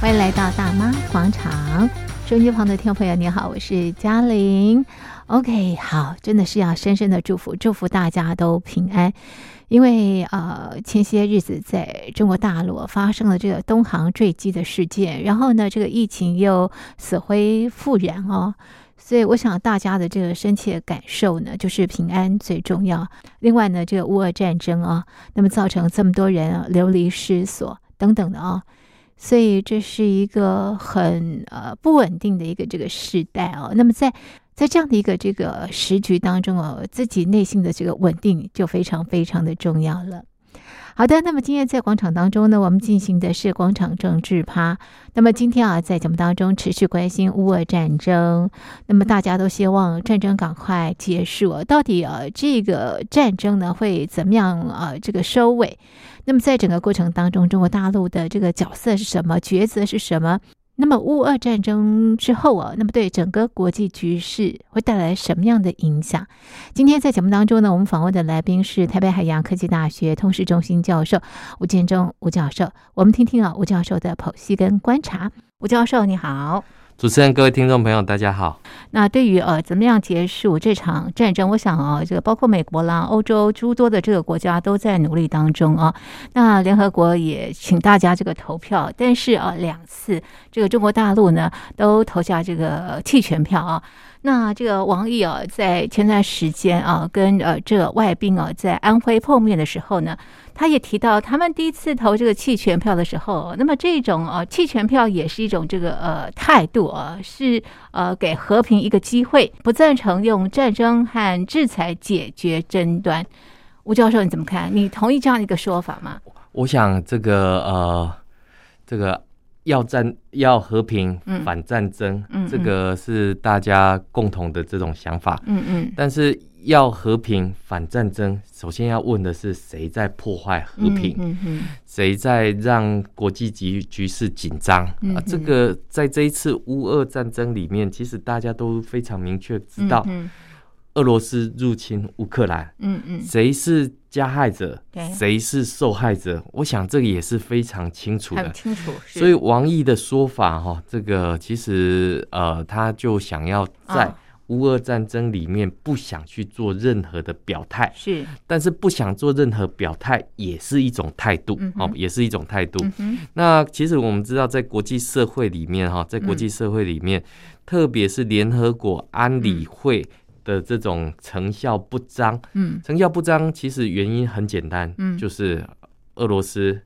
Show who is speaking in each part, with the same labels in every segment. Speaker 1: 欢迎来到大妈广场，收音机旁的听众朋友，你好，我是嘉玲。OK，好，真的是要深深的祝福，祝福大家都平安。因为呃，前些日子在中国大陆发生了这个东航坠机的事件，然后呢，这个疫情又死灰复燃哦，所以我想大家的这个深切感受呢，就是平安最重要。哦另外呢，这个乌俄战争啊、那么造成这么多人流离失所等等的啊、所以这是一个很呃不稳定的一个这个时代哦。那么在在这样的一个这个时局当中哦，自己内心的这个稳定就非常非常的重要了。好的，那么今天在广场当中呢，我们进行的是广场政治趴。那么今天啊，在节目当中持续关心乌俄战争，那么大家都希望战争赶快结束哦。到底呃这个战争呢会怎么样呃这个收尾？那么在整个过程当中，中国大陆的这个角色是什么？抉择是什么？那么乌俄战争之后啊，那么对整个国际局势会带来什么样的影响？今天在节目当中呢，我们访问的来宾是台北海洋科技大学通识中心教授吴建中吴教授，我们听听啊吴教授的剖析跟观察。吴教授你好，
Speaker 2: 主持人，各位听众朋友，大家好。
Speaker 1: 那对于呃怎么样结束这场战争，我想啊，这个包括美国啦、欧洲诸多的这个国家都在努力当中啊。那联合国也请大家这个投票，但是啊两次这个中国大陆呢都投下这个弃权票啊。那这个王毅啊，在前段时间啊，跟呃这个外宾啊在安徽碰面的时候呢，他也提到，他们第一次投这个弃权票的时候，那么这种呃弃权票也是一种这个呃态度啊，是呃给和平一个机会，不赞成用战争和制裁解决争端。吴教授，你怎么看？你同意这样的一个说法吗？
Speaker 2: 我想这个呃，这个要战要和平
Speaker 1: 嗯，
Speaker 2: 反战争，
Speaker 1: 嗯嗯
Speaker 2: 这个是大家共同的这种想法。
Speaker 1: 嗯嗯
Speaker 2: 但是要和平反战争，首先要问的是谁在破坏和平，
Speaker 1: 嗯嗯
Speaker 2: 谁在让国际局局势紧张
Speaker 1: 嗯
Speaker 2: 啊
Speaker 1: 嗯？
Speaker 2: 这个在这一次乌俄战争里面，其实大家都非常明确知道，
Speaker 1: 嗯
Speaker 2: 俄罗斯入侵乌克兰，
Speaker 1: 嗯嗯
Speaker 2: 谁是加害者
Speaker 1: 对，
Speaker 2: 谁是受害者，我想这个也是非常清楚
Speaker 1: 嗯，很
Speaker 2: 的。
Speaker 1: 清楚，是
Speaker 2: 所以王毅的说法哈、这个其实呃，他就想要在
Speaker 1: 啊
Speaker 2: 乌俄战争里面不想去做任何的表态，
Speaker 1: 是
Speaker 2: 但是不想做任何表态也是一种态度
Speaker 1: 嗯，哼
Speaker 2: 哦，也是一种态度。
Speaker 1: 嗯哼
Speaker 2: 那其实我们知道，在国际社会里面，哈，在国际社会里面，
Speaker 1: 嗯
Speaker 2: 特别是联合国安理会的这种成效不彰，
Speaker 1: 嗯
Speaker 2: 成效不彰，其实原因很简单，
Speaker 1: 嗯
Speaker 2: 就是俄罗斯、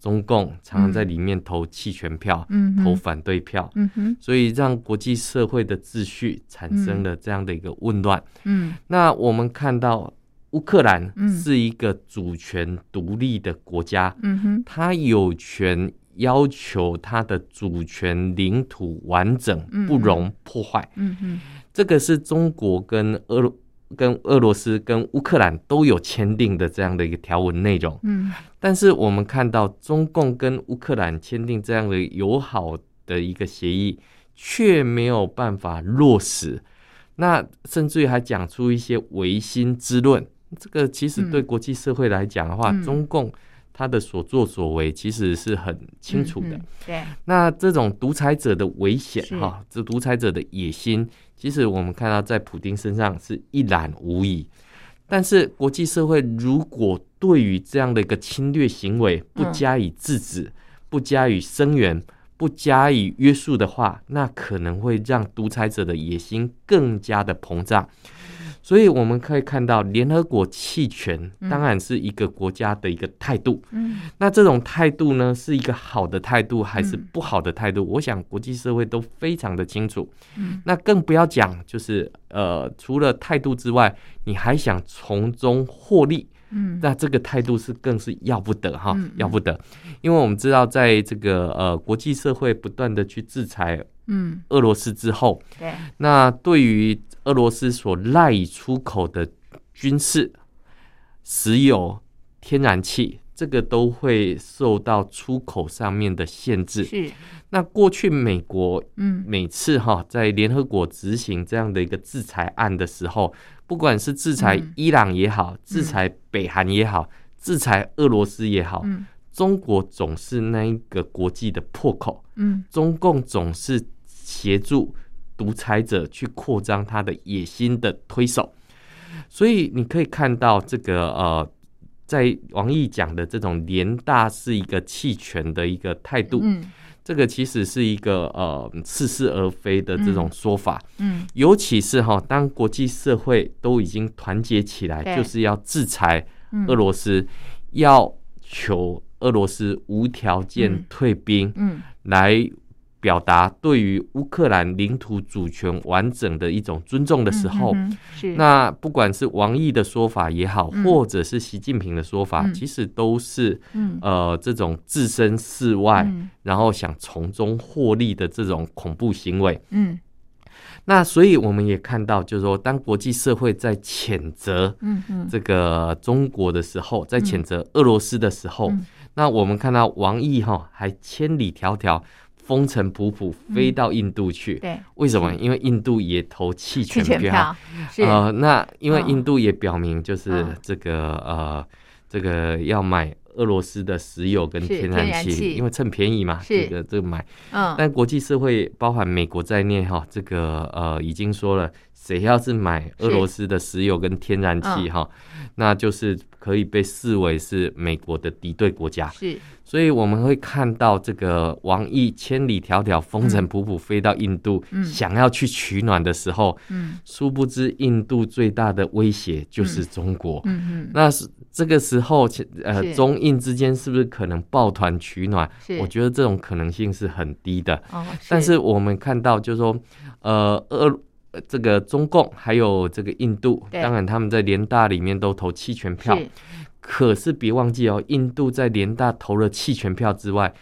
Speaker 2: 中共常常在里面投弃权票、
Speaker 1: 嗯
Speaker 2: 投
Speaker 1: 哼
Speaker 2: 反对票，
Speaker 1: 嗯哼
Speaker 2: 所以让国际社会的秩序产生了这样的一个混乱。
Speaker 1: 嗯
Speaker 2: 那我们看到乌克兰
Speaker 1: 嗯
Speaker 2: 是一个主权独立的国家，
Speaker 1: 嗯哼
Speaker 2: 他有权要求他的主权领土完整
Speaker 1: 嗯，
Speaker 2: 不容破坏。
Speaker 1: 嗯哼
Speaker 2: 这个是中国跟俄罗跟俄罗斯跟乌克兰都有签订的这样的一个条文内容。
Speaker 1: 嗯
Speaker 2: 但是我们看到中共跟乌克兰签订这样的友好的一个协议，却没有办法落实。那甚至于还讲出一些唯心之论，这个其实
Speaker 1: 嗯
Speaker 2: 对国际社会来讲的话，
Speaker 1: 嗯
Speaker 2: 中共他的所作所为其实是很清楚的。
Speaker 1: 嗯嗯对。
Speaker 2: 那这种独裁者的危险
Speaker 1: 是
Speaker 2: 哈、这独裁者的野心，其实我们看到在普丁身上是一览无遗。但是国际社会如果对于这样的一个侵略行为不
Speaker 1: 嗯
Speaker 2: 加以制止、不加以声援、不加以约束的话，那可能会让独裁者的野心更加的膨胀。所以我们可以看到，联合国弃权
Speaker 1: 嗯
Speaker 2: 当然是一个国家的一个态度。
Speaker 1: 嗯
Speaker 2: 那这种态度呢，是一个好的态度还是
Speaker 1: 嗯
Speaker 2: 不好的态度？我想国际社会都非常的清楚。
Speaker 1: 嗯
Speaker 2: 那更不要讲，就是呃，除了态度之外，你还想从中获利，
Speaker 1: 嗯
Speaker 2: 那这个态度是更是要不得哈，
Speaker 1: 嗯嗯
Speaker 2: 要不得。因为我们知道，在这个呃国际社会不断的去制裁
Speaker 1: 嗯，
Speaker 2: 俄罗斯之后，
Speaker 1: 对，
Speaker 2: 那对于俄罗斯所赖以出口的军事、石油、天然气，这个都会受到出口上面的限制。
Speaker 1: 是，
Speaker 2: 那过去美国
Speaker 1: 嗯
Speaker 2: 每次哈在联合国执行这样的一个制裁案的时候，不管是制裁
Speaker 1: 嗯
Speaker 2: 伊朗也好，制裁北韩也好，制裁俄罗斯也好，
Speaker 1: 嗯
Speaker 2: 中国总是那一个国际的破口，
Speaker 1: 嗯
Speaker 2: 中共总是协助独裁者去扩张他的野心的推手，所以你可以看到这个呃，在王毅讲的这种联大是一个弃权的一个态度，
Speaker 1: 嗯
Speaker 2: 这个其实是一个呃似是而非的这种说法，
Speaker 1: 嗯
Speaker 2: 尤其是哈，当国际社会都已经团结起来，
Speaker 1: 对
Speaker 2: 就是要制裁
Speaker 1: 嗯，
Speaker 2: 俄罗斯，要求俄罗斯无条件
Speaker 1: 嗯
Speaker 2: 退兵，
Speaker 1: 嗯
Speaker 2: 来表达对于乌克兰领土主权完整的一种尊重的时候，
Speaker 1: 嗯嗯嗯是
Speaker 2: 那不管是王毅的说法也好，
Speaker 1: 嗯
Speaker 2: 或者是习近平的说法，
Speaker 1: 嗯
Speaker 2: 其实都是
Speaker 1: 嗯
Speaker 2: 呃这种置身事外，
Speaker 1: 嗯
Speaker 2: 然后想从中获利的这种恐怖行为。
Speaker 1: 嗯
Speaker 2: 那所以我们也看到，就是说，当国际社会在谴责
Speaker 1: 嗯嗯
Speaker 2: 这个中国的时候，在
Speaker 1: 嗯
Speaker 2: 谴责俄罗斯的时候，
Speaker 1: 嗯
Speaker 2: 那我们看到王毅哈还千里迢迢、风尘仆仆飞到印度去，
Speaker 1: 对
Speaker 2: 为什么？因为印度也投弃
Speaker 1: 嗯弃
Speaker 2: 权
Speaker 1: 权
Speaker 2: 票。
Speaker 1: 票是
Speaker 2: 呃，那因为
Speaker 1: 嗯
Speaker 2: 印度也表明就是
Speaker 1: 嗯
Speaker 2: 这个、呃，这个要买俄罗斯的石油跟
Speaker 1: 是
Speaker 2: 天
Speaker 1: 天然
Speaker 2: 然气，
Speaker 1: 气
Speaker 2: 因为趁便宜嘛，
Speaker 1: 是
Speaker 2: 这个这个买。
Speaker 1: 嗯
Speaker 2: 但国际社会包含美国在内哈，这个呃已经说了，谁要是买俄罗斯的石油跟天然
Speaker 1: 嗯
Speaker 2: 气哈，那就是可以被视为是美国的敌对国家。
Speaker 1: 是
Speaker 2: 所以我们会看到这个王毅千里迢迢、风尘仆仆飞到印度，
Speaker 1: 嗯
Speaker 2: 想要去取暖的时候，
Speaker 1: 嗯
Speaker 2: 殊不知印度最大的威胁就是中国。
Speaker 1: 嗯嗯
Speaker 2: 那是这个时候，呃，
Speaker 1: 是
Speaker 2: 中印之间是不是可能抱团取暖？
Speaker 1: 是
Speaker 2: 我觉得这种可能性是很低的。
Speaker 1: 哦
Speaker 2: 但是我们看到，就是说，呃，俄呃这个中共还有这个印度，
Speaker 1: 对
Speaker 2: 当然他们在联大里面都投弃权票，
Speaker 1: 是
Speaker 2: 可是别忘记哦，印度在联大投了弃权票之外，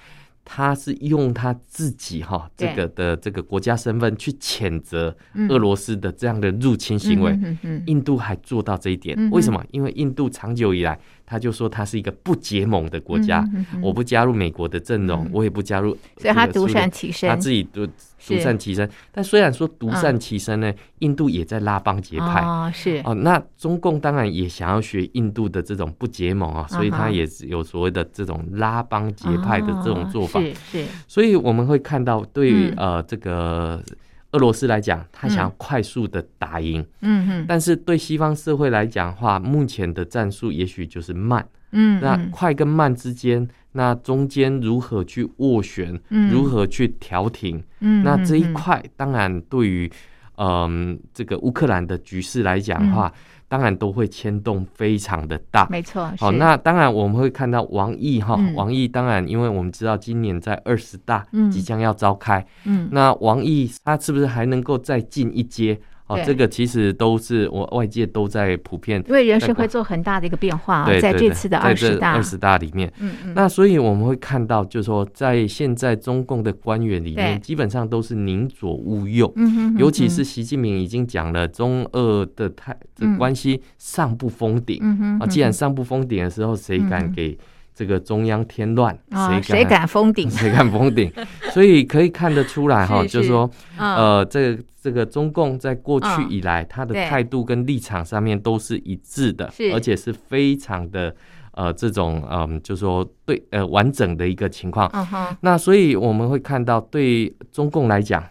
Speaker 2: 他是用他自己哈、
Speaker 1: 对
Speaker 2: 这个的这个国家身份去谴责
Speaker 1: 嗯
Speaker 2: 俄罗斯的这样的入侵行为。
Speaker 1: 嗯嗯嗯
Speaker 2: 印度还做到这一点，
Speaker 1: 嗯哼
Speaker 2: 为什么？因为印度长久以来，他就说他是一个不结盟的国家，
Speaker 1: 嗯嗯嗯嗯
Speaker 2: 我不加入美国的阵容，
Speaker 1: 嗯
Speaker 2: 我也不加入这
Speaker 1: 所以
Speaker 2: 个苏联，
Speaker 1: 他独善其身
Speaker 2: 他自己独
Speaker 1: 是嗯
Speaker 2: 独善其身。但虽然说独善其身呢，印度也在拉帮结派。
Speaker 1: 哦是
Speaker 2: 哦，那中共当然也想要学印度的这种不结盟啊、所以
Speaker 1: 啊哈
Speaker 2: 他也是有所谓的这种拉帮结派的这种做
Speaker 1: 哦
Speaker 2: 法。
Speaker 1: 是是
Speaker 2: 所以我们会看到对于，
Speaker 1: 嗯
Speaker 2: 呃这个俄罗斯来讲，他想要快速的打赢，
Speaker 1: 嗯嗯
Speaker 2: 但是对西方社会来讲的话，目前的战术也许就是慢。
Speaker 1: 嗯
Speaker 2: 那
Speaker 1: 嗯
Speaker 2: 快跟慢之间，那中间如何去斡旋，
Speaker 1: 嗯
Speaker 2: 如何去调停？
Speaker 1: 嗯
Speaker 2: 那这一
Speaker 1: 嗯嗯
Speaker 2: 块当然对于，嗯、这个乌克兰的局势来讲的话，当然都会牵动非常的大。
Speaker 1: 嗯没错
Speaker 2: 好，
Speaker 1: 是
Speaker 2: 那当然我们会看到王毅哈，
Speaker 1: 嗯
Speaker 2: 王毅当然，因为我们知道今年在二十大
Speaker 1: 嗯
Speaker 2: 即将要召开，
Speaker 1: 嗯
Speaker 2: 那王毅他是不是还能够再进一阶？哦，
Speaker 1: 对
Speaker 2: 这个其实都是我外界都在普遍
Speaker 1: 因为人
Speaker 2: 在
Speaker 1: 是会
Speaker 2: 管
Speaker 1: 做很大的一个变化啊
Speaker 2: 对，
Speaker 1: 在
Speaker 2: 对
Speaker 1: 这
Speaker 2: 对
Speaker 1: 次的
Speaker 2: 在
Speaker 1: 二
Speaker 2: 这
Speaker 1: 十大
Speaker 2: 二十大里面，
Speaker 1: 嗯嗯
Speaker 2: 那所以我们会看到，就是说，在现在中共的官员里
Speaker 1: 对
Speaker 2: 面，基本上都是宁左勿右，
Speaker 1: 嗯哼哼
Speaker 2: 尤其
Speaker 1: 哼
Speaker 2: 是习近平已经讲了，中俄的态这
Speaker 1: 嗯
Speaker 2: 关系上不封顶、
Speaker 1: 嗯哼
Speaker 2: 啊。既然
Speaker 1: 哼
Speaker 2: 上不封顶的时候，谁
Speaker 1: 嗯
Speaker 2: 敢给这个中央添乱？
Speaker 1: 哼啊
Speaker 2: 谁
Speaker 1: 谁
Speaker 2: 敢？
Speaker 1: 敢封顶
Speaker 2: 谁敢 封顶？所以可以看得出来哈，
Speaker 1: 是
Speaker 2: 就是
Speaker 1: 是
Speaker 2: 说，
Speaker 1: 啊
Speaker 2: 呃，这个这个中共在过去
Speaker 1: 嗯
Speaker 2: 以来，他的
Speaker 1: 对
Speaker 2: 态度跟立场上面都是一致的
Speaker 1: 是，
Speaker 2: 而且是非常的呃这种嗯，就说对呃完整的一个情况。
Speaker 1: 嗯哼
Speaker 2: 那所以我们会看到，对中共来讲，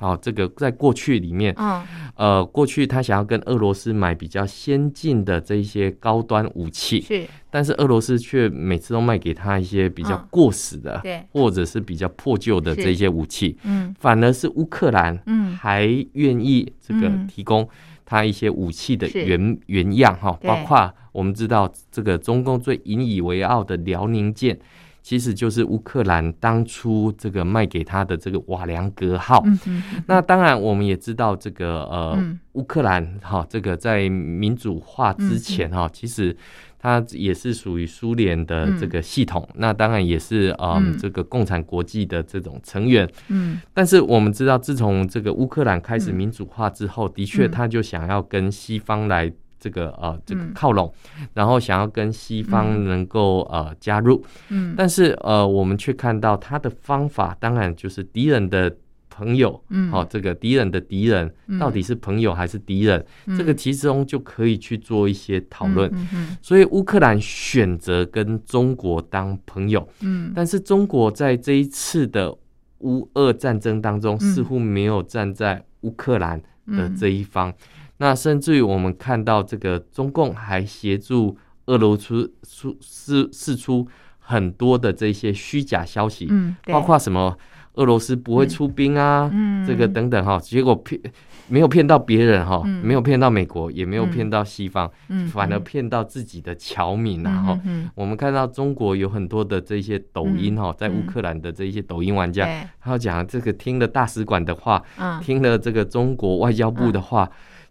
Speaker 2: 哦，这个在过去里面，
Speaker 1: 嗯
Speaker 2: 呃，过去他想要跟俄罗斯买比较先进的这一些高端武器，
Speaker 1: 是
Speaker 2: 但是俄罗斯却每次都卖给他一些比较
Speaker 1: 嗯
Speaker 2: 过时的，
Speaker 1: 对
Speaker 2: 或者是比较破旧的
Speaker 1: 是
Speaker 2: 这些武器。
Speaker 1: 嗯
Speaker 2: 反而是乌克兰，
Speaker 1: 嗯
Speaker 2: 还愿意这个
Speaker 1: 嗯
Speaker 2: 提供他一些武器的
Speaker 1: 是
Speaker 2: 原原样哈，
Speaker 1: 对
Speaker 2: 包括我们知道这个中共最引以为傲的辽宁舰，其实就是乌克兰当初这个卖给他的这个瓦良格号。
Speaker 1: 嗯嗯
Speaker 2: 那当然，我们也知道这个呃，
Speaker 1: 嗯
Speaker 2: 乌克兰哈，这个在民主化之前
Speaker 1: 嗯
Speaker 2: 哈，其实它也是属于苏联的这个系统。那当然也是呃、
Speaker 1: 嗯
Speaker 2: 这个共产国际的这种成员。
Speaker 1: 嗯
Speaker 2: 但是我们知道，自从这个乌克兰开始
Speaker 1: 嗯
Speaker 2: 民主化之后，的确
Speaker 1: 嗯
Speaker 2: 他就想要跟西方来这个呃这个
Speaker 1: 嗯
Speaker 2: 靠拢，然后想要跟西方能够、呃加入，
Speaker 1: 嗯
Speaker 2: 但是呃我们却看到他的方法，当然就是敌人的。朋友，
Speaker 1: 嗯，
Speaker 2: 好、这个敌人的敌人
Speaker 1: 嗯，
Speaker 2: 到底是朋友还是敌人？
Speaker 1: 嗯，
Speaker 2: 这个其中就可以去做一些讨论。
Speaker 1: 嗯嗯
Speaker 2: 所以乌克兰选择跟中国当朋友，
Speaker 1: 嗯，
Speaker 2: 但是中国在这一次的乌俄战争当中，
Speaker 1: 嗯
Speaker 2: 似乎没有站在乌克兰的
Speaker 1: 嗯
Speaker 2: 这一方。那甚至于我们看到，这个中共还协助俄罗斯出释释出很多的这些虚假消息，
Speaker 1: 嗯，对
Speaker 2: 包括什么俄罗斯不会出兵啊，
Speaker 1: 嗯
Speaker 2: 这个等等哈，结果骗没有骗到别人哈，
Speaker 1: 嗯
Speaker 2: 没有骗到美国，也没有
Speaker 1: 嗯
Speaker 2: 骗到西方，
Speaker 1: 嗯
Speaker 2: 反而
Speaker 1: 嗯
Speaker 2: 骗到自己的侨民然后。
Speaker 1: 嗯
Speaker 2: 我们看到中国有很多的这些抖音哈、哦，在乌克兰的这一些抖音玩家，
Speaker 1: 对，
Speaker 2: 他讲这个听了大使馆的话，
Speaker 1: 嗯，
Speaker 2: 听了这个中国外交部的话，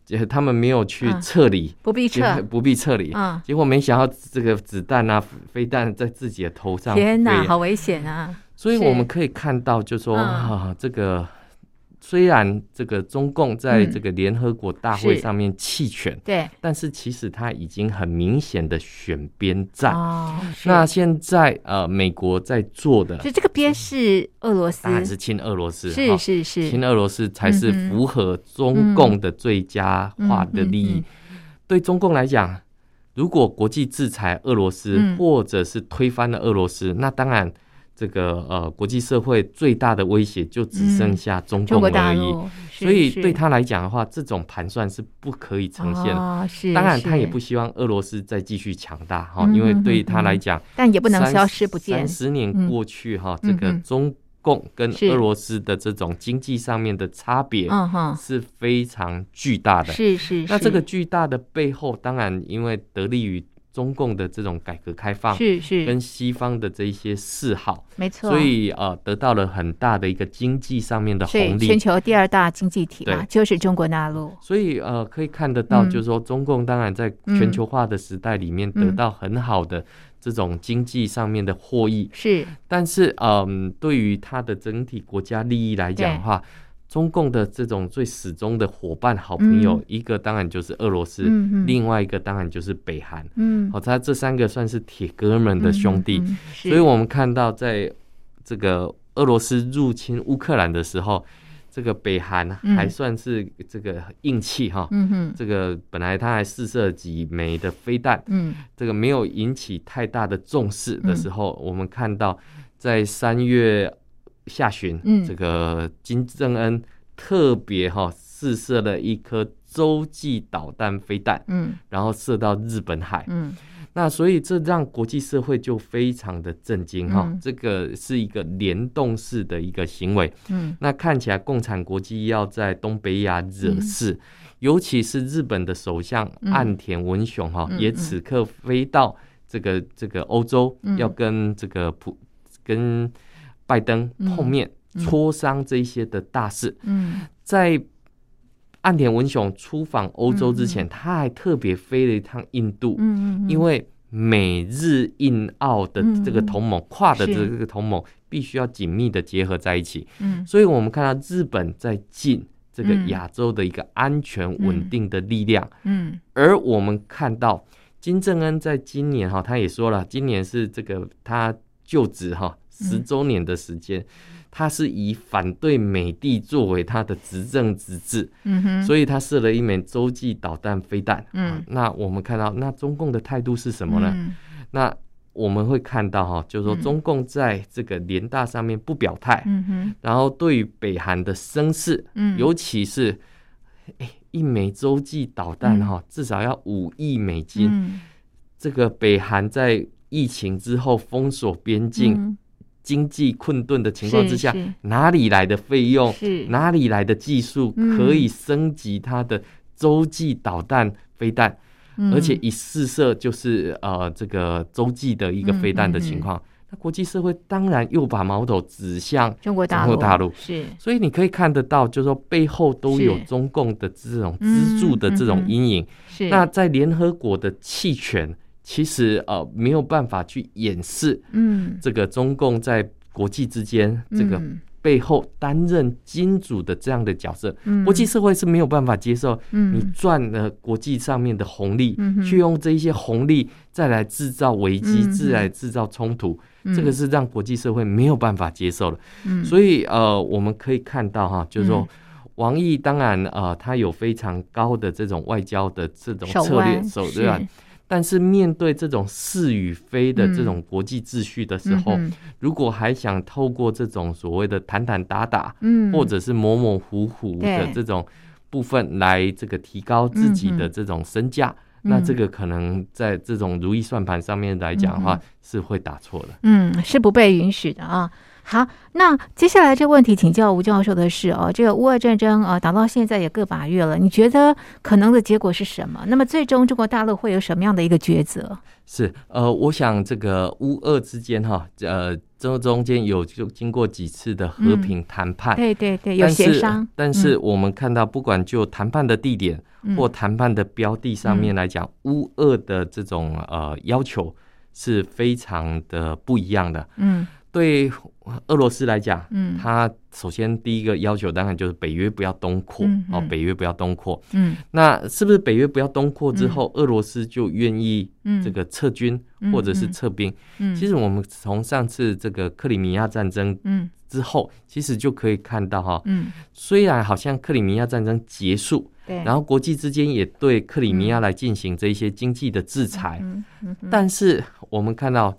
Speaker 2: 呃他们没有去
Speaker 1: 嗯
Speaker 2: 撤离，
Speaker 1: 不必
Speaker 2: 结果
Speaker 1: 撤，
Speaker 2: 不必撤离。
Speaker 1: 嗯，
Speaker 2: 结果没想到这个子弹啊、飞弹在自己的头上飞
Speaker 1: 天哪，
Speaker 2: 啊，
Speaker 1: 好危险啊！
Speaker 2: 所以
Speaker 1: 是
Speaker 2: 我们可以看到，就说、
Speaker 1: 嗯
Speaker 2: 啊，这个虽然这个中共在
Speaker 1: 嗯
Speaker 2: 这个联合国大会
Speaker 1: 是
Speaker 2: 上面弃权，
Speaker 1: 对，
Speaker 2: 但是其实他已经很明显的选边站。
Speaker 1: 哦，是
Speaker 2: 那现在呃，美国在做的
Speaker 1: 所以这个边是俄罗斯
Speaker 2: 当，然是亲俄罗斯，
Speaker 1: 是
Speaker 2: 哈
Speaker 1: 是是
Speaker 2: 亲，俄罗斯才是
Speaker 1: 嗯哼
Speaker 2: 符合中共的最佳化的利
Speaker 1: 嗯嗯嗯
Speaker 2: 益。对中共来讲，如果国际制裁俄罗斯，
Speaker 1: 嗯
Speaker 2: 或者是推翻了俄罗斯，那当然这个呃国际社会最大的威胁就只剩下中
Speaker 1: 嗯中国
Speaker 2: 共
Speaker 1: 大
Speaker 2: 而已。
Speaker 1: 陆，是
Speaker 2: 所以
Speaker 1: 是
Speaker 2: 对他来讲的话，这种盘算是不可以呈现的。
Speaker 1: 哦是，
Speaker 2: 当然，他
Speaker 1: 是
Speaker 2: 也不希望俄罗斯再继续强大哈，
Speaker 1: 嗯
Speaker 2: 因为
Speaker 1: 嗯
Speaker 2: 对
Speaker 1: 嗯
Speaker 2: 他来
Speaker 1: 嗯
Speaker 2: 讲。
Speaker 1: 但也不能消失不见
Speaker 2: 三。十年过去哈，
Speaker 1: 嗯
Speaker 2: 这个
Speaker 1: 嗯
Speaker 2: 中共跟
Speaker 1: 是
Speaker 2: 俄罗斯的这种经济上面的差别
Speaker 1: 嗯哼，
Speaker 2: 是非常巨大的。
Speaker 1: 是是。
Speaker 2: 那
Speaker 1: 是
Speaker 2: 这个巨大的背后，当然因为得力于中共的这种改革开放。
Speaker 1: 是是
Speaker 2: 跟西方的这一些示好，
Speaker 1: 没错，
Speaker 2: 所以呃得到了很大的一个经济上面的
Speaker 1: 所以
Speaker 2: 红
Speaker 1: 全
Speaker 2: 利，
Speaker 1: 球第二大经济体嘛，
Speaker 2: 对
Speaker 1: 就是中国大陆。
Speaker 2: 所以呃可以看得到，
Speaker 1: 嗯
Speaker 2: 就是说中共当然在全球化的时代里面
Speaker 1: 嗯
Speaker 2: 得到很好的这种经济上面的获益，
Speaker 1: 是
Speaker 2: 但是，嗯，对于它的整体国家利益来讲的话，中共的这种最始终的伙伴、好朋友，
Speaker 1: 嗯
Speaker 2: 一个当然就是俄罗斯，
Speaker 1: 嗯嗯
Speaker 2: 另外一个当然就是北韩。
Speaker 1: 嗯，
Speaker 2: 好、它这三个算是铁哥们的兄弟，
Speaker 1: 嗯，嗯嗯是
Speaker 2: 所以我们看到，在这个俄罗斯入侵乌克兰的时候，这个北韩
Speaker 1: 嗯
Speaker 2: 还算是这个硬气哈。
Speaker 1: 嗯哼
Speaker 2: 这个本来他还试射几枚的飞弹，
Speaker 1: 嗯
Speaker 2: 这个没有引起太大的重视的
Speaker 1: 嗯
Speaker 2: 时候，我们看到在三月下旬，
Speaker 1: 嗯
Speaker 2: 这个金正恩特别哈、试射了一颗洲际导弹飞弹，
Speaker 1: 嗯
Speaker 2: 然后射到日本海。
Speaker 1: 嗯
Speaker 2: 那所以这让国际社会就非常的震惊哈、
Speaker 1: 嗯
Speaker 2: 这个是一个联动式的一个行为。
Speaker 1: 嗯
Speaker 2: 那看起来共产国际要在东北亚惹事，尤其是日本的首相
Speaker 1: 嗯
Speaker 2: 岸田文雄哈、
Speaker 1: 嗯
Speaker 2: 也此刻飞到这个这个欧洲，
Speaker 1: 嗯
Speaker 2: 要跟这个普跟拜登碰面，
Speaker 1: 嗯嗯
Speaker 2: 磋商这一些的大事。
Speaker 1: 嗯
Speaker 2: 在岸田文雄出访欧洲之前，
Speaker 1: 嗯
Speaker 2: 他还特别飞了一趟印度，
Speaker 1: 嗯嗯，
Speaker 2: 因为美日印澳的这个同盟，跨的这
Speaker 1: 是
Speaker 2: 个同盟必须要紧密的结合在一起。
Speaker 1: 嗯
Speaker 2: 所以我们看到日本在尽这个
Speaker 1: 嗯
Speaker 2: 亚洲的一个安全稳定的力量，
Speaker 1: 嗯
Speaker 2: 而我们看到金正恩在今年哈，他也说了，今年是这个他就职哈
Speaker 1: 嗯
Speaker 2: 十周年的时间，他是以反对美帝作为他的执政之治，
Speaker 1: 嗯哼，以
Speaker 2: 所以他射了一枚洲际导弹飞弹。
Speaker 1: 嗯
Speaker 2: 啊那我们看到，那中共的态度是什么呢？
Speaker 1: 嗯
Speaker 2: 那我们会看到哈，就是说
Speaker 1: 嗯
Speaker 2: 中共在这个联大上面不表态，
Speaker 1: 嗯哼
Speaker 2: 然后对于北韩的声势，
Speaker 1: 嗯
Speaker 2: 尤其是哎一枚洲际导弹哈、至少要五亿美金。
Speaker 1: 嗯
Speaker 2: 这个北韩在疫情之后封锁边境、
Speaker 1: 嗯
Speaker 2: 经济困顿的情况之下
Speaker 1: 是是，
Speaker 2: 哪里来的费用，
Speaker 1: 是
Speaker 2: 哪里来的技术
Speaker 1: 嗯
Speaker 2: 可以升级它的洲际导弹飞弹？
Speaker 1: 嗯
Speaker 2: 而且一试射就是呃这个洲际的一个飞
Speaker 1: 嗯
Speaker 2: 弹的情况。那国际社会当然又把矛头指向
Speaker 1: 中国大
Speaker 2: 中
Speaker 1: 陆
Speaker 2: 国大陆
Speaker 1: 是
Speaker 2: 所以你可以看得到，就是说背后都有
Speaker 1: 是嗯
Speaker 2: 中共的这种资助的这种阴影。
Speaker 1: 是
Speaker 2: 那在联合国的弃权，其实呃没有办法去掩饰
Speaker 1: 嗯
Speaker 2: 这个中共在国际之间这个
Speaker 1: 嗯
Speaker 2: 背后担任金主的这样的角色，
Speaker 1: 嗯
Speaker 2: 国际社会是没有办法接受你
Speaker 1: 嗯
Speaker 2: 赚了国际上面的红利，
Speaker 1: 嗯哼
Speaker 2: 去用这一些红利再来制造危机，
Speaker 1: 嗯
Speaker 2: 再来制造冲突，
Speaker 1: 嗯
Speaker 2: 这个是让国际社会没有办法接受的。
Speaker 1: 嗯
Speaker 2: 所以呃，我们可以看到哈，就是说。
Speaker 1: 嗯
Speaker 2: 王毅当然，呃，他有非常高的这种外交的这种
Speaker 1: 手
Speaker 2: 策略
Speaker 1: 腕
Speaker 2: 手
Speaker 1: 是
Speaker 2: 段，但是面对这种是与非的这
Speaker 1: 嗯
Speaker 2: 种国际秩序的时候，
Speaker 1: 嗯哼
Speaker 2: 如果还想透过这种所谓的谈谈打打，
Speaker 1: 嗯
Speaker 2: 或者是模模糊糊的
Speaker 1: 对
Speaker 2: 这种部分来这个提高自己的
Speaker 1: 嗯
Speaker 2: 这种身价，那这个可能在这种如意算盘上面来讲的话、
Speaker 1: 嗯
Speaker 2: 是会打错的。
Speaker 1: 嗯，是不被允许的啊。好，那接下来这个问题请教吴教授的是哦，这个乌俄战争啊、呃打到现在也个把月了，你觉得可能的结果是什么？那么最终中国大陆会有什么样的一个抉择？
Speaker 2: 是，呃，我想这个乌俄之间哈，呃，这中间有就经过几次的和
Speaker 1: 嗯
Speaker 2: 平谈判，
Speaker 1: 对对对，有协商，
Speaker 2: 但是，但是我们看到，不管就谈判的地点
Speaker 1: 嗯
Speaker 2: 或谈判的标的上面来讲，乌俄的这种呃要求是非常的不一样的。
Speaker 1: 嗯
Speaker 2: 对俄罗斯来讲，
Speaker 1: 嗯
Speaker 2: 它首先第一个要求当然就是北约不要东扩、
Speaker 1: 嗯
Speaker 2: 哦
Speaker 1: 嗯，
Speaker 2: 北约不要东扩。
Speaker 1: 嗯
Speaker 2: 那是不是北约不要东扩之后，俄罗斯就愿意
Speaker 1: 嗯，
Speaker 2: 这个撤军
Speaker 1: 嗯
Speaker 2: 或者是
Speaker 1: 嗯
Speaker 2: 撤兵？
Speaker 1: 嗯
Speaker 2: 其实我们从上次这个克里米亚战争
Speaker 1: 嗯
Speaker 2: 之后，其实就可以看到哈、
Speaker 1: 嗯
Speaker 2: 虽然好像克里米亚战争结束，
Speaker 1: 对，
Speaker 2: 然
Speaker 1: 后
Speaker 2: 后国际之间也对克里米亚来进行这一些经济的制裁，
Speaker 1: 嗯嗯嗯
Speaker 2: 但是我们看到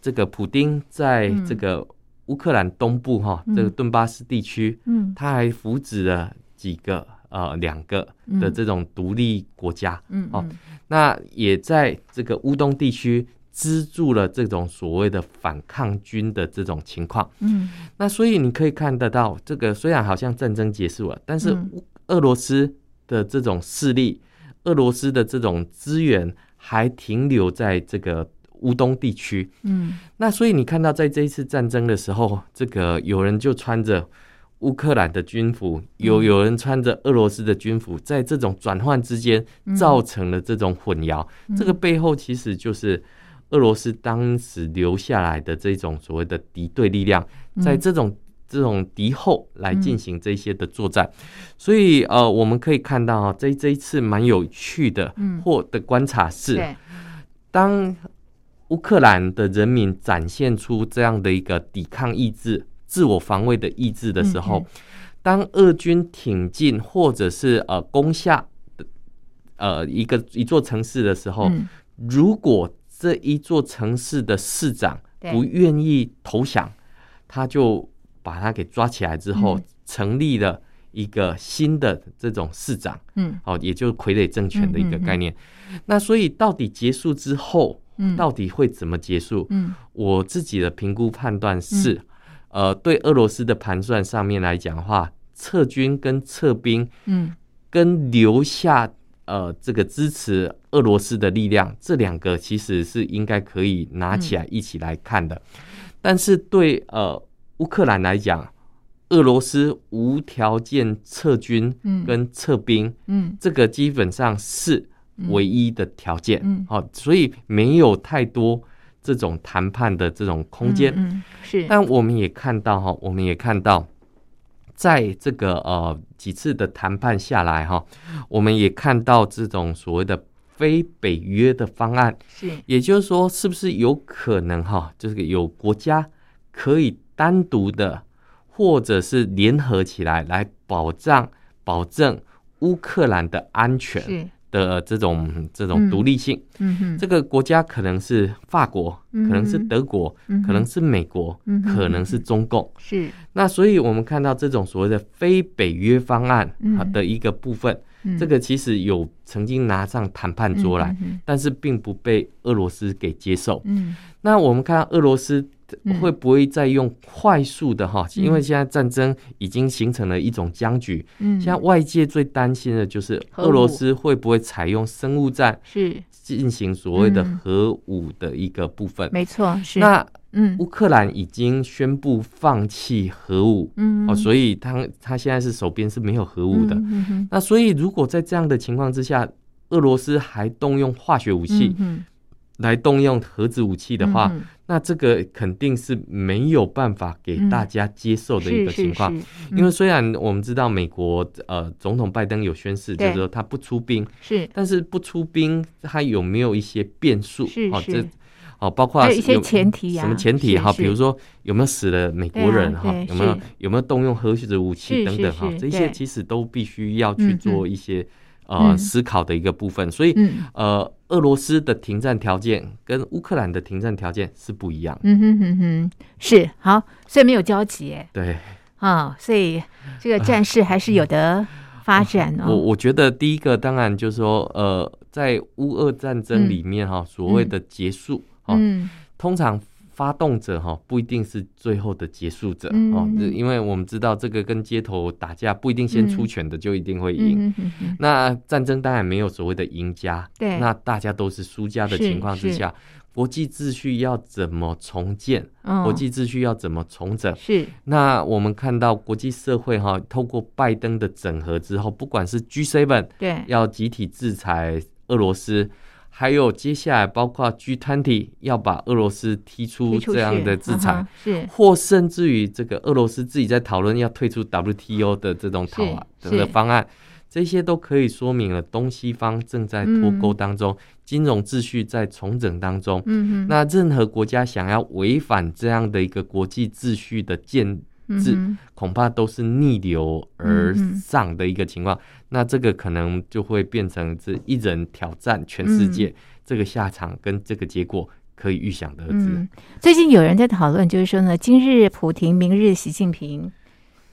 Speaker 2: 这个普丁在
Speaker 1: 嗯
Speaker 2: 这个乌克兰东部哈、
Speaker 1: 嗯
Speaker 2: 这个顿巴斯地区，
Speaker 1: 嗯
Speaker 2: 他还扶植了几个呃两个的
Speaker 1: 嗯
Speaker 2: 这种独立国家，
Speaker 1: 嗯
Speaker 2: 哦
Speaker 1: 嗯
Speaker 2: 那也在这个乌东地区。资助了这种所谓的反抗军的这种情况，
Speaker 1: 嗯
Speaker 2: 那所以你可以看得到，这个虽然好像战争结束了，但是
Speaker 1: 嗯
Speaker 2: 乌俄罗斯的这种势力，俄罗斯的这种资源还停留在这个乌东地区。
Speaker 1: 嗯
Speaker 2: 那所以你看到，在这一次战争的时候，这个有人就穿着乌克兰的军服，
Speaker 1: 嗯
Speaker 2: 有有人穿着俄罗斯的军服，在这种转换之间
Speaker 1: 嗯
Speaker 2: 造成了这种混淆。这个背后其实就是俄罗斯当时留下来的这种所谓的敌对力量，
Speaker 1: 嗯
Speaker 2: 在这种这种敌后来进行这些的作战。
Speaker 1: 嗯
Speaker 2: 所以呃，我们可以看到啊，这这一次蛮有趣的
Speaker 1: 嗯
Speaker 2: 或的观察是，
Speaker 1: 对
Speaker 2: 当乌克兰的人民展现出这样的一个抵抗意志、自我防卫的意志的时候，
Speaker 1: 嗯
Speaker 2: 当俄军挺进或者是呃攻下的呃一个一座城市的时候，
Speaker 1: 嗯
Speaker 2: 如果这一座城市的市长
Speaker 1: 对
Speaker 2: 不愿意投降，他就把他给抓起来之后，
Speaker 1: 嗯
Speaker 2: 成立了一个新的这种市长。
Speaker 1: 嗯
Speaker 2: 哦，也就是傀儡政权的一个
Speaker 1: 嗯嗯嗯
Speaker 2: 概念。那所以到底结束之后，
Speaker 1: 嗯
Speaker 2: 到底会怎么结束？
Speaker 1: 嗯
Speaker 2: 我自己的评估判断是，呃，对俄罗斯的盘算上面来讲的话，撤军跟撤兵
Speaker 1: 嗯
Speaker 2: 跟留下呃这个支持俄罗斯的力量，这两个其实是应该可以拿
Speaker 1: 嗯
Speaker 2: 起来一起来看的。但是对呃乌克兰来讲，俄罗斯无条件撤军
Speaker 1: 嗯
Speaker 2: 跟撤兵。
Speaker 1: 嗯
Speaker 2: 这个基本上是唯一的条件，
Speaker 1: 嗯嗯
Speaker 2: 好、所以没有太多这种谈判的这种空间。
Speaker 1: 嗯嗯是
Speaker 2: 但我们也看到哈，我们也看到，在这个呃几次的谈判下来哈，我们也看到这种所谓的非北约的方案，
Speaker 1: 是
Speaker 2: 也就是说，是不是有可能哈，就是有国家可以单独的，或者是联合起来来保障、保证乌克兰的安全
Speaker 1: 是
Speaker 2: 的这种这
Speaker 1: 嗯
Speaker 2: 种独立性？
Speaker 1: 嗯哼
Speaker 2: 这个国家可能是法国，
Speaker 1: 嗯
Speaker 2: 可能是德国，
Speaker 1: 嗯哼
Speaker 2: 可能是美国，
Speaker 1: 嗯哼
Speaker 2: 可能是中共。
Speaker 1: 是
Speaker 2: 那所以我们看到这种所谓的非北约方案
Speaker 1: 嗯
Speaker 2: 啊的一个部分，
Speaker 1: 嗯
Speaker 2: 这个其实有曾经拿上谈判桌来。
Speaker 1: 嗯
Speaker 2: 但是并不被俄罗斯给接受。
Speaker 1: 嗯
Speaker 2: 那我们看俄罗斯
Speaker 1: 嗯
Speaker 2: 会不会再用快速的哈？
Speaker 1: 嗯
Speaker 2: 因为现在战争已经形成了一种僵局，
Speaker 1: 嗯，
Speaker 2: 现在外界最担心的就是
Speaker 1: 核武
Speaker 2: 俄罗斯会不会采用生物战
Speaker 1: 是
Speaker 2: 进行所谓的
Speaker 1: 嗯
Speaker 2: 核武的一个部分。
Speaker 1: 没错，是
Speaker 2: 那
Speaker 1: 嗯
Speaker 2: 乌克兰已经宣布放弃核武、
Speaker 1: 嗯
Speaker 2: 哦，
Speaker 1: 以
Speaker 2: 所以他他现在是手边是没有核武的。
Speaker 1: 嗯嗯
Speaker 2: 那所以如果在这样的情况之下，俄罗斯还动用化学武器，
Speaker 1: 嗯
Speaker 2: 来动用核子武器的话，
Speaker 1: 嗯
Speaker 2: 那这个肯定是没有办法给大家接受的一
Speaker 1: 是
Speaker 2: 个
Speaker 1: 是
Speaker 2: 情况。
Speaker 1: 是嗯
Speaker 2: 因为虽然我们知道美国呃总统拜登有宣誓，
Speaker 1: 对
Speaker 2: 就是说他不出兵，
Speaker 1: 是
Speaker 2: 但是不出兵他有没有一些变数？
Speaker 1: 是
Speaker 2: 哦，
Speaker 1: 是
Speaker 2: 这哦，包括
Speaker 1: 还有一些
Speaker 2: 有
Speaker 1: 前提呀
Speaker 2: 什么前提
Speaker 1: 是
Speaker 2: 哈？
Speaker 1: 是
Speaker 2: 比如说有没有死了美国人
Speaker 1: 对啊
Speaker 2: 哈、
Speaker 1: 对
Speaker 2: 有没有
Speaker 1: 是
Speaker 2: 有没有动用核子武
Speaker 1: 是
Speaker 2: 器等
Speaker 1: 是
Speaker 2: 等哈
Speaker 1: 是？
Speaker 2: 这
Speaker 1: 对
Speaker 2: 些其实都必须要
Speaker 1: 嗯
Speaker 2: 去
Speaker 1: 嗯
Speaker 2: 做一些、呃
Speaker 1: 嗯
Speaker 2: 思考的一个部分。所以、
Speaker 1: 嗯
Speaker 2: 呃，俄罗斯的停战条件跟乌克兰的停战条件是不一样的。
Speaker 1: 嗯哼哼哼，是好，所以没有交集哎
Speaker 2: 对
Speaker 1: 啊、所以这个战事还是有的发展
Speaker 2: 我，
Speaker 1: 哦。
Speaker 2: 我觉得第一个当然就是说，呃，在乌俄战争里面哈、所谓的结束哈、
Speaker 1: 嗯
Speaker 2: 通常发动者哈、不一定是最后的结束者、
Speaker 1: 嗯
Speaker 2: 哦，这
Speaker 1: 嗯
Speaker 2: 因为我们知道这个跟街头打架不一定先出拳的就一定会
Speaker 1: 嗯
Speaker 2: 赢。
Speaker 1: 哼哼哼，
Speaker 2: 那战争当然没有所谓的赢家，
Speaker 1: 对
Speaker 2: 那大家都是输家的
Speaker 1: 是
Speaker 2: 情况之
Speaker 1: 是
Speaker 2: 下，国际秩序要怎么重建？
Speaker 1: 嗯
Speaker 2: 国际秩序要怎么重整？
Speaker 1: 是
Speaker 2: 那我们看到国际社会哈、透过拜登的整合之后，不管是 G7
Speaker 1: 对，
Speaker 2: 要集体制裁俄罗斯，还有接下来包括 G20 要把俄罗斯踢出
Speaker 1: 提出
Speaker 2: 这样
Speaker 1: 去
Speaker 2: 的制
Speaker 1: 嗯
Speaker 2: 裁，
Speaker 1: 哼是
Speaker 2: 或甚至于这个俄罗斯自己在讨论要退出 WTO 的这种讨啊
Speaker 1: 是
Speaker 2: 这个
Speaker 1: 是
Speaker 2: 方案，这些都可以说明了东西方正在脱钩当中，金融秩序在重整当中。
Speaker 1: 嗯嗯哼，
Speaker 2: 那任何国家想要违反这样的一个国际秩序的建
Speaker 1: 嗯
Speaker 2: 制，
Speaker 1: 哼
Speaker 2: 恐怕都是逆流而
Speaker 1: 嗯嗯嗯
Speaker 2: 上的一个情况。那这个可能就会变成这一人挑战全世界，
Speaker 1: 嗯
Speaker 2: 这个下场跟这个结果可以预想得知。
Speaker 1: 嗯，最近有人在讨论，就是说呢，今日普廷，明日习近平。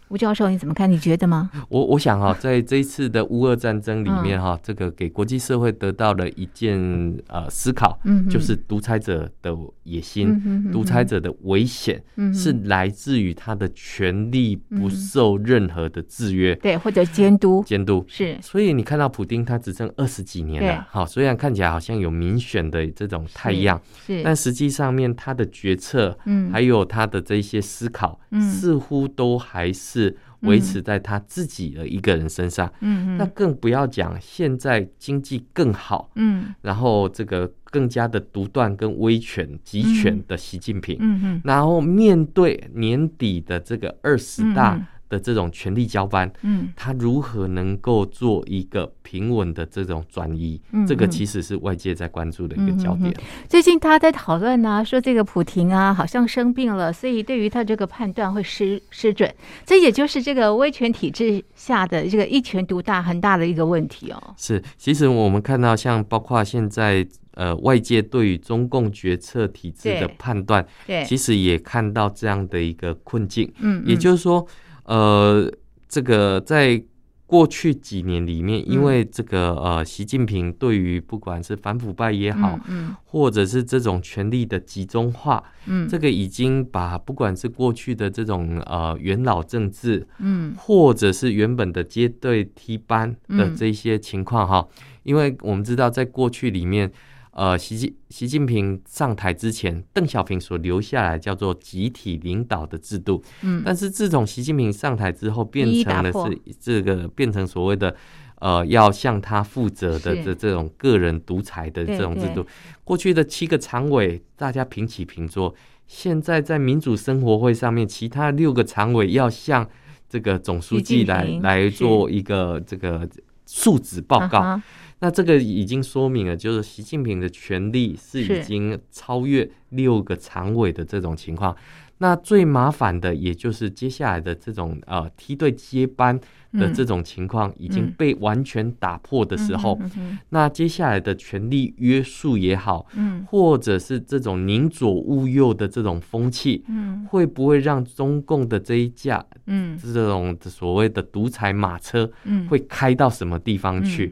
Speaker 1: 吴教授，你怎么看？你觉得吗？
Speaker 2: 我我 想哈、在这一次的乌俄战争里面
Speaker 1: 嗯
Speaker 2: 哈、这个给国际社会得到了一件呃思考，
Speaker 1: 嗯哼，
Speaker 2: 就是独裁者的野心、
Speaker 1: 嗯
Speaker 2: 独裁者的危险、是
Speaker 1: 是
Speaker 2: 来自于他的权力不
Speaker 1: 嗯
Speaker 2: 受任何的制约、
Speaker 1: 对，或者监督
Speaker 2: 监督。
Speaker 1: 是，
Speaker 2: 所以你看到普丁他执政二十几年
Speaker 1: 对
Speaker 2: 了，好，虽然看起来好像有民选的这种太
Speaker 1: 是
Speaker 2: 阳，
Speaker 1: 是，
Speaker 2: 但实际上面他的决策
Speaker 1: 嗯，
Speaker 2: 还有他的这些思考，
Speaker 1: 嗯
Speaker 2: 似乎都还是维持在他自己的一个人身上。
Speaker 1: 嗯
Speaker 2: 那
Speaker 1: 嗯
Speaker 2: 更不要讲现在经济更好，
Speaker 1: 嗯
Speaker 2: 然后这个更加的独断跟威权集权的习近平，
Speaker 1: 嗯嗯
Speaker 2: 然后面对年底的这个二十
Speaker 1: 嗯嗯
Speaker 2: 大的这种权力交班。
Speaker 1: 嗯
Speaker 2: 他如何能够做一个平稳的这种转移？
Speaker 1: 嗯
Speaker 2: 这个
Speaker 1: 嗯
Speaker 2: 其实是外界在关注的一个
Speaker 1: 嗯
Speaker 2: 焦
Speaker 1: 嗯嗯
Speaker 2: 点。
Speaker 1: 最近大家在讨论呢、说这个普廷啊，好像生病了，所以对于他这个判断会失失准。这也就是这个威权体制下的这个一权独大很大的一个问题哦。
Speaker 2: 是，其实我们看到，像包括现在呃外界对于中共决策体制的
Speaker 1: 对
Speaker 2: 判断，
Speaker 1: 对，
Speaker 2: 其实也看到这样的一个困境。
Speaker 1: 嗯，
Speaker 2: 也
Speaker 1: 嗯
Speaker 2: 就是说，呃，这个在过去几年里面，因
Speaker 1: 嗯
Speaker 2: 为这个呃习近平对于不管是反腐败也好，
Speaker 1: 嗯
Speaker 2: 或者是这种权力的集中化，
Speaker 1: 嗯
Speaker 2: 这个已经把不管是过去的这种呃元老政治，
Speaker 1: 嗯
Speaker 2: 或者是原本的接对踢班的
Speaker 1: 嗯
Speaker 2: 这些情况哈，因为我们知道在过去里面，呃，习近习近平上台之前，邓小平所留下来叫做集体领导的制度，
Speaker 1: 嗯嗯
Speaker 2: 但是自从习近平上台之后，变
Speaker 1: 一一打
Speaker 2: 成了
Speaker 1: 破
Speaker 2: 是这个变成所谓的。呃，要向他负责的
Speaker 1: 是
Speaker 2: 这这种个人独裁的
Speaker 1: 对
Speaker 2: 这种制
Speaker 1: 对
Speaker 2: 度，过去的七个常委大家平起平坐，现在在民主生活会上面，其他六个常委要向这个总书
Speaker 1: 习近
Speaker 2: 记来
Speaker 1: 平
Speaker 2: 来
Speaker 1: 是
Speaker 2: 做一个这个述职报告。
Speaker 1: 啊哈
Speaker 2: 那这个已经说明了，就是习近平的权力是
Speaker 1: 是
Speaker 2: 已经超越六个常委的这种情况。那最麻烦的，也就是接下来的这种呃梯队接班的
Speaker 1: 嗯
Speaker 2: 这种情况已经
Speaker 1: 嗯
Speaker 2: 被完全打破的时候，
Speaker 1: 嗯哼
Speaker 2: 那接下来的权力约束也好，
Speaker 1: 嗯
Speaker 2: 或者是这种宁左勿右的这种风气，
Speaker 1: 嗯
Speaker 2: 会不会让中共的这一架
Speaker 1: 嗯
Speaker 2: 这种所谓的独裁马车
Speaker 1: 嗯
Speaker 2: 会开到什么地方去？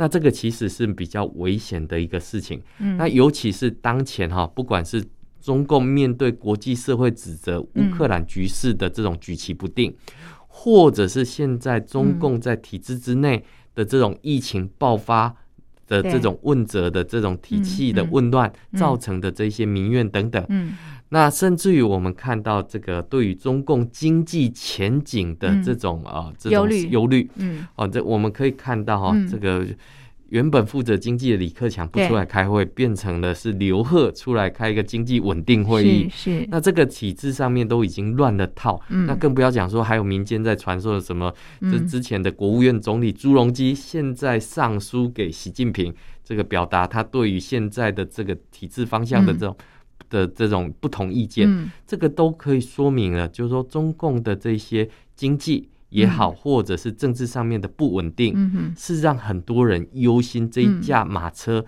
Speaker 2: 那这个其实是比较危险的一个事情。
Speaker 1: 嗯
Speaker 2: 那尤其是当前哈，不管是中共面对国际社会指责
Speaker 1: 嗯
Speaker 2: 乌克兰局势的这种举棋不定，或者是现在中共在体制之内的这种疫情爆发。的
Speaker 1: 对
Speaker 2: 这种问责的这种体系的
Speaker 1: 嗯嗯
Speaker 2: 混乱
Speaker 1: 嗯
Speaker 2: 造成的这些民怨等等，
Speaker 1: 嗯
Speaker 2: 那甚至于我们看到这个对于中共经济前景的这种啊、呃
Speaker 1: 嗯
Speaker 2: 这
Speaker 1: 忧
Speaker 2: 种
Speaker 1: 虑
Speaker 2: 忧虑
Speaker 1: 嗯
Speaker 2: 哦，这我们可以看到哈、
Speaker 1: 嗯
Speaker 2: 这个原本负责经济的李克强不
Speaker 1: 对
Speaker 2: 出来开会，变成了是刘鹤出来开一个经济稳定会议。
Speaker 1: 是是
Speaker 2: 那这个体制上面都已经乱了套，
Speaker 1: 嗯
Speaker 2: 那更不要讲说还有民间在传授什么，这
Speaker 1: 嗯
Speaker 2: 之前的国务院总理朱镕基现在上书给习近平，这个表达他对于现在的这个体制方向的这种、的这种不同意见，
Speaker 1: 嗯
Speaker 2: 这个都可以说明了，就是说中共的这些经济也好，或者是政治上面的不稳定，
Speaker 1: 嗯哼
Speaker 2: 是让很多人忧心这一架马车，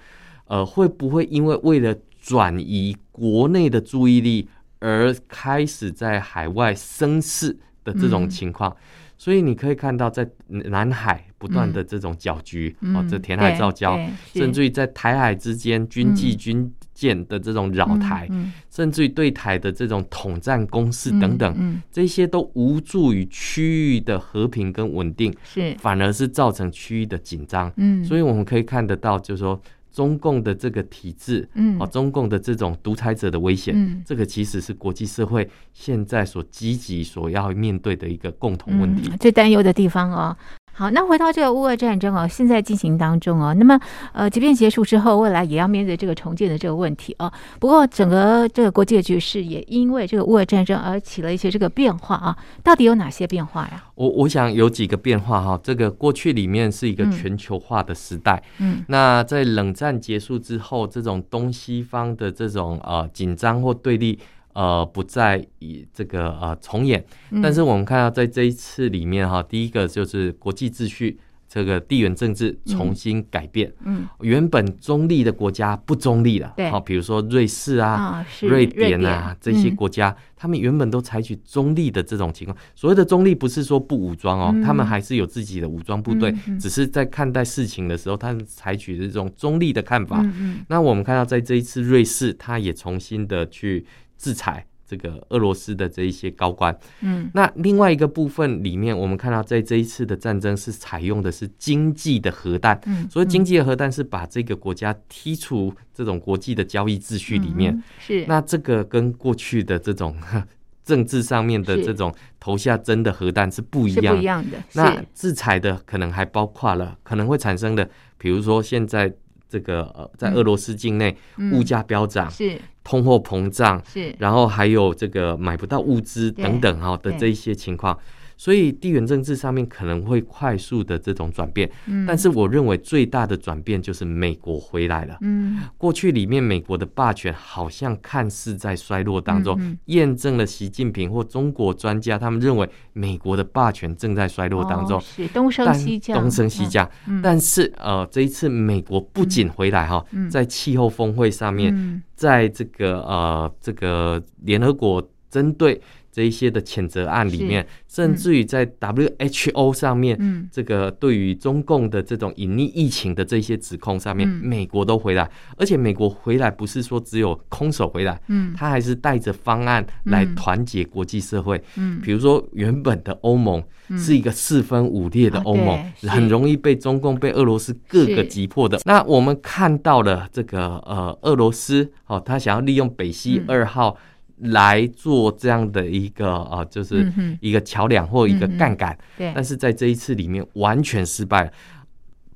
Speaker 2: 呃，会不会因为为了转移国内的注意力而开始在海外生事的这种
Speaker 1: 嗯
Speaker 2: 情况？所以你可以看到，在南海不断的这种搅局，
Speaker 1: 嗯
Speaker 2: 哦，这填海造礁，，甚至于在台海之间军纪
Speaker 1: 嗯
Speaker 2: 军舰的这种扰台，甚至于对台的这种统战攻势等等，
Speaker 1: 嗯
Speaker 2: 这些都无助于区域的和平跟稳定，
Speaker 1: 是，
Speaker 2: 反而是造成区域的紧张。
Speaker 1: 嗯，
Speaker 2: 所
Speaker 1: 以
Speaker 2: 以我们可以看得到，就是说中共的这个体制，
Speaker 1: 嗯
Speaker 2: 啊，中共的这种独裁者的危险，
Speaker 1: 嗯
Speaker 2: 这个其实是国际社会现在所积极所要面对的一个共同问题。
Speaker 1: 嗯、最担忧的地方哦。好，那回到这个乌俄战争哦，现在进行当中哦，那么呃，即便结束之后，未来也要面对这个重建的这个问题哦。不过，整个这个国际的局势也因为这个乌俄战争而起了一些这个变化啊。到底有哪些变化呀？
Speaker 2: 我我想有几个变化哈，这个过去里面是一个
Speaker 1: 嗯
Speaker 2: 全球化的时代，
Speaker 1: 嗯
Speaker 2: 那在冷战结束之后，这种东西方的这种呃紧张或对立。呃，不再以这个呃重演，
Speaker 1: 嗯
Speaker 2: 但是我们看到在这一次里面哈，第一个就是国际秩序这个地缘政治重新改变，
Speaker 1: 嗯
Speaker 2: 原本中立的国家不中立了，
Speaker 1: 对
Speaker 2: 好，比如说瑞士啊、
Speaker 1: 啊，是嗯
Speaker 2: 瑞典啊这些国家，他们原本都采取中立的这种情况。所谓的中立，不是说不武装哦，
Speaker 1: 嗯
Speaker 2: 他们还是有自己的武装部队，
Speaker 1: 嗯嗯
Speaker 2: 只是在看待事情的时候，他们采取这种中立的看法。
Speaker 1: 嗯嗯
Speaker 2: 那我们看到，在这一次瑞士，他也重新的去制裁这个俄罗斯的这一些高官。
Speaker 1: 嗯
Speaker 2: 那另外一个部分里面，我们看到在这一次的战争是采用的是经济的核弹，
Speaker 1: 嗯，
Speaker 2: 所以经济的核弹是把这个国家剔除这种国际的交易秩序里面。
Speaker 1: 嗯是
Speaker 2: 那这个跟过去的这种 政治上面的
Speaker 1: 是
Speaker 2: 这种投下针的核弹是不一
Speaker 1: 是
Speaker 2: 样
Speaker 1: 不
Speaker 2: 的
Speaker 1: 一。样的，
Speaker 2: 那
Speaker 1: 是
Speaker 2: 制裁的可能还包括了可能会产生的，比如说现在这个呃，在
Speaker 1: 嗯
Speaker 2: 俄罗斯境内、
Speaker 1: 嗯
Speaker 2: 物价飙涨、
Speaker 1: 是
Speaker 2: 通货膨胀，
Speaker 1: 是
Speaker 2: 然后还有这个买不到物资
Speaker 1: 对
Speaker 2: 等等哈、的
Speaker 1: 对
Speaker 2: 这一些情况，所以地缘政治上面可能会快速的这种转变。
Speaker 1: 嗯
Speaker 2: 但是我认为最大的转变就是美国回来了。
Speaker 1: 嗯
Speaker 2: 过去里面，美国的霸权好像看似在衰落当中，
Speaker 1: 嗯嗯
Speaker 2: 验证了习近平或中国专家他们认为美国的霸权正在衰落当中。
Speaker 1: 哦是东升
Speaker 2: 但
Speaker 1: 西降，
Speaker 2: 东升西降。
Speaker 1: 嗯，嗯
Speaker 2: 但是呃，这一次美国不仅回来哈、
Speaker 1: 嗯
Speaker 2: 在气候峰会上面，
Speaker 1: 嗯
Speaker 2: 在这个呃这个联合国针对这一些的谴责案里面，甚至于在 WHO 上面。
Speaker 1: 嗯
Speaker 2: 这个对于中共的这种隐匿疫情的这些指控上面，
Speaker 1: 嗯
Speaker 2: 美国都回来，而且美国回来不是说只有空手回来，
Speaker 1: 嗯
Speaker 2: 他还是带着方案来
Speaker 1: 嗯
Speaker 2: 团结国际社会。
Speaker 1: 嗯
Speaker 2: 比如说，原本的欧盟
Speaker 1: 嗯
Speaker 2: 是一个四分五裂的欧盟，
Speaker 1: 啊对是
Speaker 2: 很容易被中共、被俄罗斯各个击破的。那我们看到了这个呃，俄罗斯哦，他想要利用北溪
Speaker 1: 嗯
Speaker 2: 二号来做这样的一个呃，就是
Speaker 1: 嗯哼
Speaker 2: 一个桥梁或一个
Speaker 1: 嗯嗯
Speaker 2: 杠杆，
Speaker 1: 对，
Speaker 2: 但是在这一次里面完全失败了。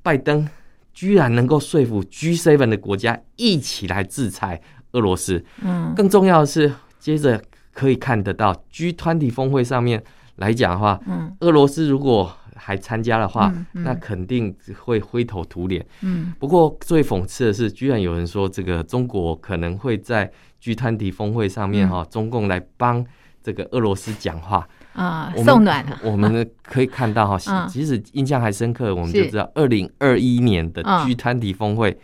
Speaker 2: 拜登居然能够说服 G7 的国家一起来制裁俄罗斯，
Speaker 1: 嗯
Speaker 2: 更重要的是，接着可以看得到 G 团体峰会上面来讲的话，
Speaker 1: 嗯
Speaker 2: 俄罗斯如果还参加的话，
Speaker 1: 嗯嗯
Speaker 2: 那肯定会灰头土脸。
Speaker 1: 嗯
Speaker 2: 不过最讽刺的是，居然有人说这个中国可能会在 G 团体峰会上面哈、中共来帮这个俄罗斯讲话。
Speaker 1: 啊
Speaker 2: 我们
Speaker 1: 送暖了，
Speaker 2: 我们呢可以看到哈，
Speaker 1: 嗯
Speaker 2: 其实印象还深刻，我们
Speaker 1: 是
Speaker 2: 就知道二零二一年的
Speaker 1: 嗯
Speaker 2: G 团体峰会，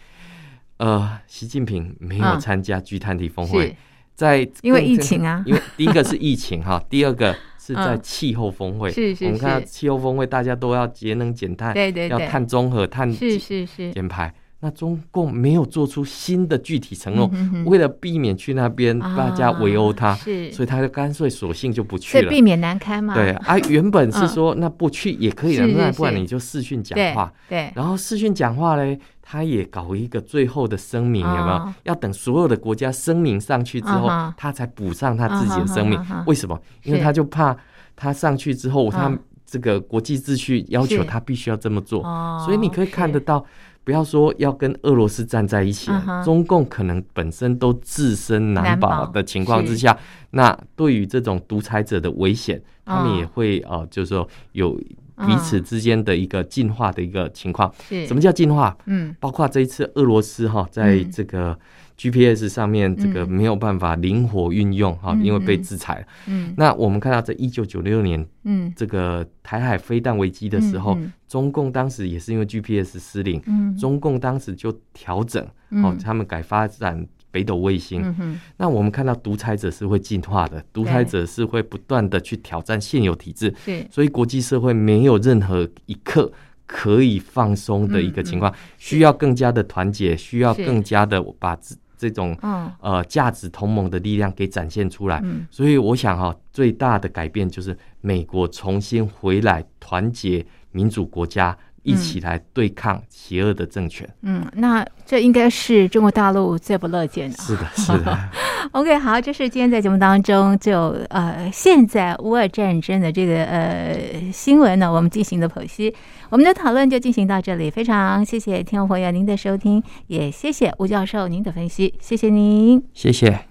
Speaker 2: 呃，习近平没有
Speaker 1: 嗯
Speaker 2: 参加 G 团体峰会
Speaker 1: 是，
Speaker 2: 在
Speaker 1: 因为
Speaker 2: 更
Speaker 1: 疫情啊，
Speaker 2: 因为第一个是疫情哈，第二个是在
Speaker 1: 嗯
Speaker 2: 气候峰会。
Speaker 1: 是是
Speaker 2: 我们看到
Speaker 1: 是
Speaker 2: 气候峰会，大家都要节能减碳，
Speaker 1: 对对
Speaker 2: 要
Speaker 1: 对，
Speaker 2: 碳中和、碳
Speaker 1: 是是是，
Speaker 2: 减排。那中共没有做出新的具体承诺，
Speaker 1: 嗯哼哼
Speaker 2: 为了避免去那边
Speaker 1: 啊
Speaker 2: 大家围殴他，
Speaker 1: 是，
Speaker 2: 所以他就干脆索性就不去
Speaker 1: 所以
Speaker 2: 了。
Speaker 1: 避免难堪嘛，
Speaker 2: 对啊，原本是
Speaker 1: 嗯
Speaker 2: 说那不去也可以的，
Speaker 1: 是
Speaker 2: 那
Speaker 1: 是
Speaker 2: 不然
Speaker 1: 是
Speaker 2: 你就视讯讲
Speaker 1: 对
Speaker 2: 话。
Speaker 1: 对，
Speaker 2: 然后视讯讲话嘞，他也搞一个最后的声明，有没有
Speaker 1: 啊？
Speaker 2: 要等所有的国家声明上去之后
Speaker 1: 啊哈，
Speaker 2: 他才补上他自己的声明
Speaker 1: 啊哈啊哈啊哈。
Speaker 2: 为什么？因为
Speaker 1: 是
Speaker 2: 他就怕他上去之后，
Speaker 1: 嗯
Speaker 2: 他这个国际秩序要求
Speaker 1: 是
Speaker 2: 他必须要这么做，
Speaker 1: 哦，
Speaker 2: 所以你可以看得
Speaker 1: 是
Speaker 2: 到不要说要跟俄罗斯站在一起
Speaker 1: 嗯哼
Speaker 2: 了，中共可能本身都自身难
Speaker 1: 难
Speaker 2: 保
Speaker 1: 保
Speaker 2: 的情况之下，那对于这种独裁者的危险，他们也
Speaker 1: 啊哦
Speaker 2: 会呃，就是说有彼此
Speaker 1: 嗯
Speaker 2: 之间的一个进化的一个情况。
Speaker 1: 是
Speaker 2: 什么叫进化？
Speaker 1: 嗯
Speaker 2: 包括这一次俄罗斯哈，在
Speaker 1: 嗯
Speaker 2: 这个 GPS 上面这个
Speaker 1: 嗯
Speaker 2: 没有办法灵活运用哈，
Speaker 1: 嗯
Speaker 2: 因为被
Speaker 1: 嗯
Speaker 2: 制裁了。
Speaker 1: 嗯
Speaker 2: 那我们看到在一九九六年
Speaker 1: 嗯
Speaker 2: 这个台海飞弹危机的时候，
Speaker 1: 嗯
Speaker 2: 中共当时也是因为 GPS 失灵，
Speaker 1: 嗯
Speaker 2: 中共当时就调整
Speaker 1: 嗯
Speaker 2: 哦，他们改发展北斗卫星。
Speaker 1: 嗯哼
Speaker 2: 那我们看到独裁者是会进化的，独裁者是会不断的去挑战现有体制，
Speaker 1: 是
Speaker 2: 所以国际社会没有任何一刻可以放松的一个
Speaker 1: 嗯
Speaker 2: 情况，需要更加的团结，需要
Speaker 1: 是
Speaker 2: 更加的把这这种
Speaker 1: 哦
Speaker 2: 呃价值同盟的力量给展现出来。
Speaker 1: 嗯
Speaker 2: 所以我想哈、最大的改变就是美国重新回来团结民主国家，一起来对抗邪恶的政权。
Speaker 1: 嗯， 那这应该是中国大陆最不乐见的啊。
Speaker 2: 是的，是的，
Speaker 1: OK，好，这是今天在节目当中就呃，现在乌俄战争的这个呃新闻呢，我们进行了剖析，我们的讨论就进行到这里。非常谢谢听众朋友您的收听，也谢谢吴教授您的分析，谢谢您。
Speaker 2: 谢谢。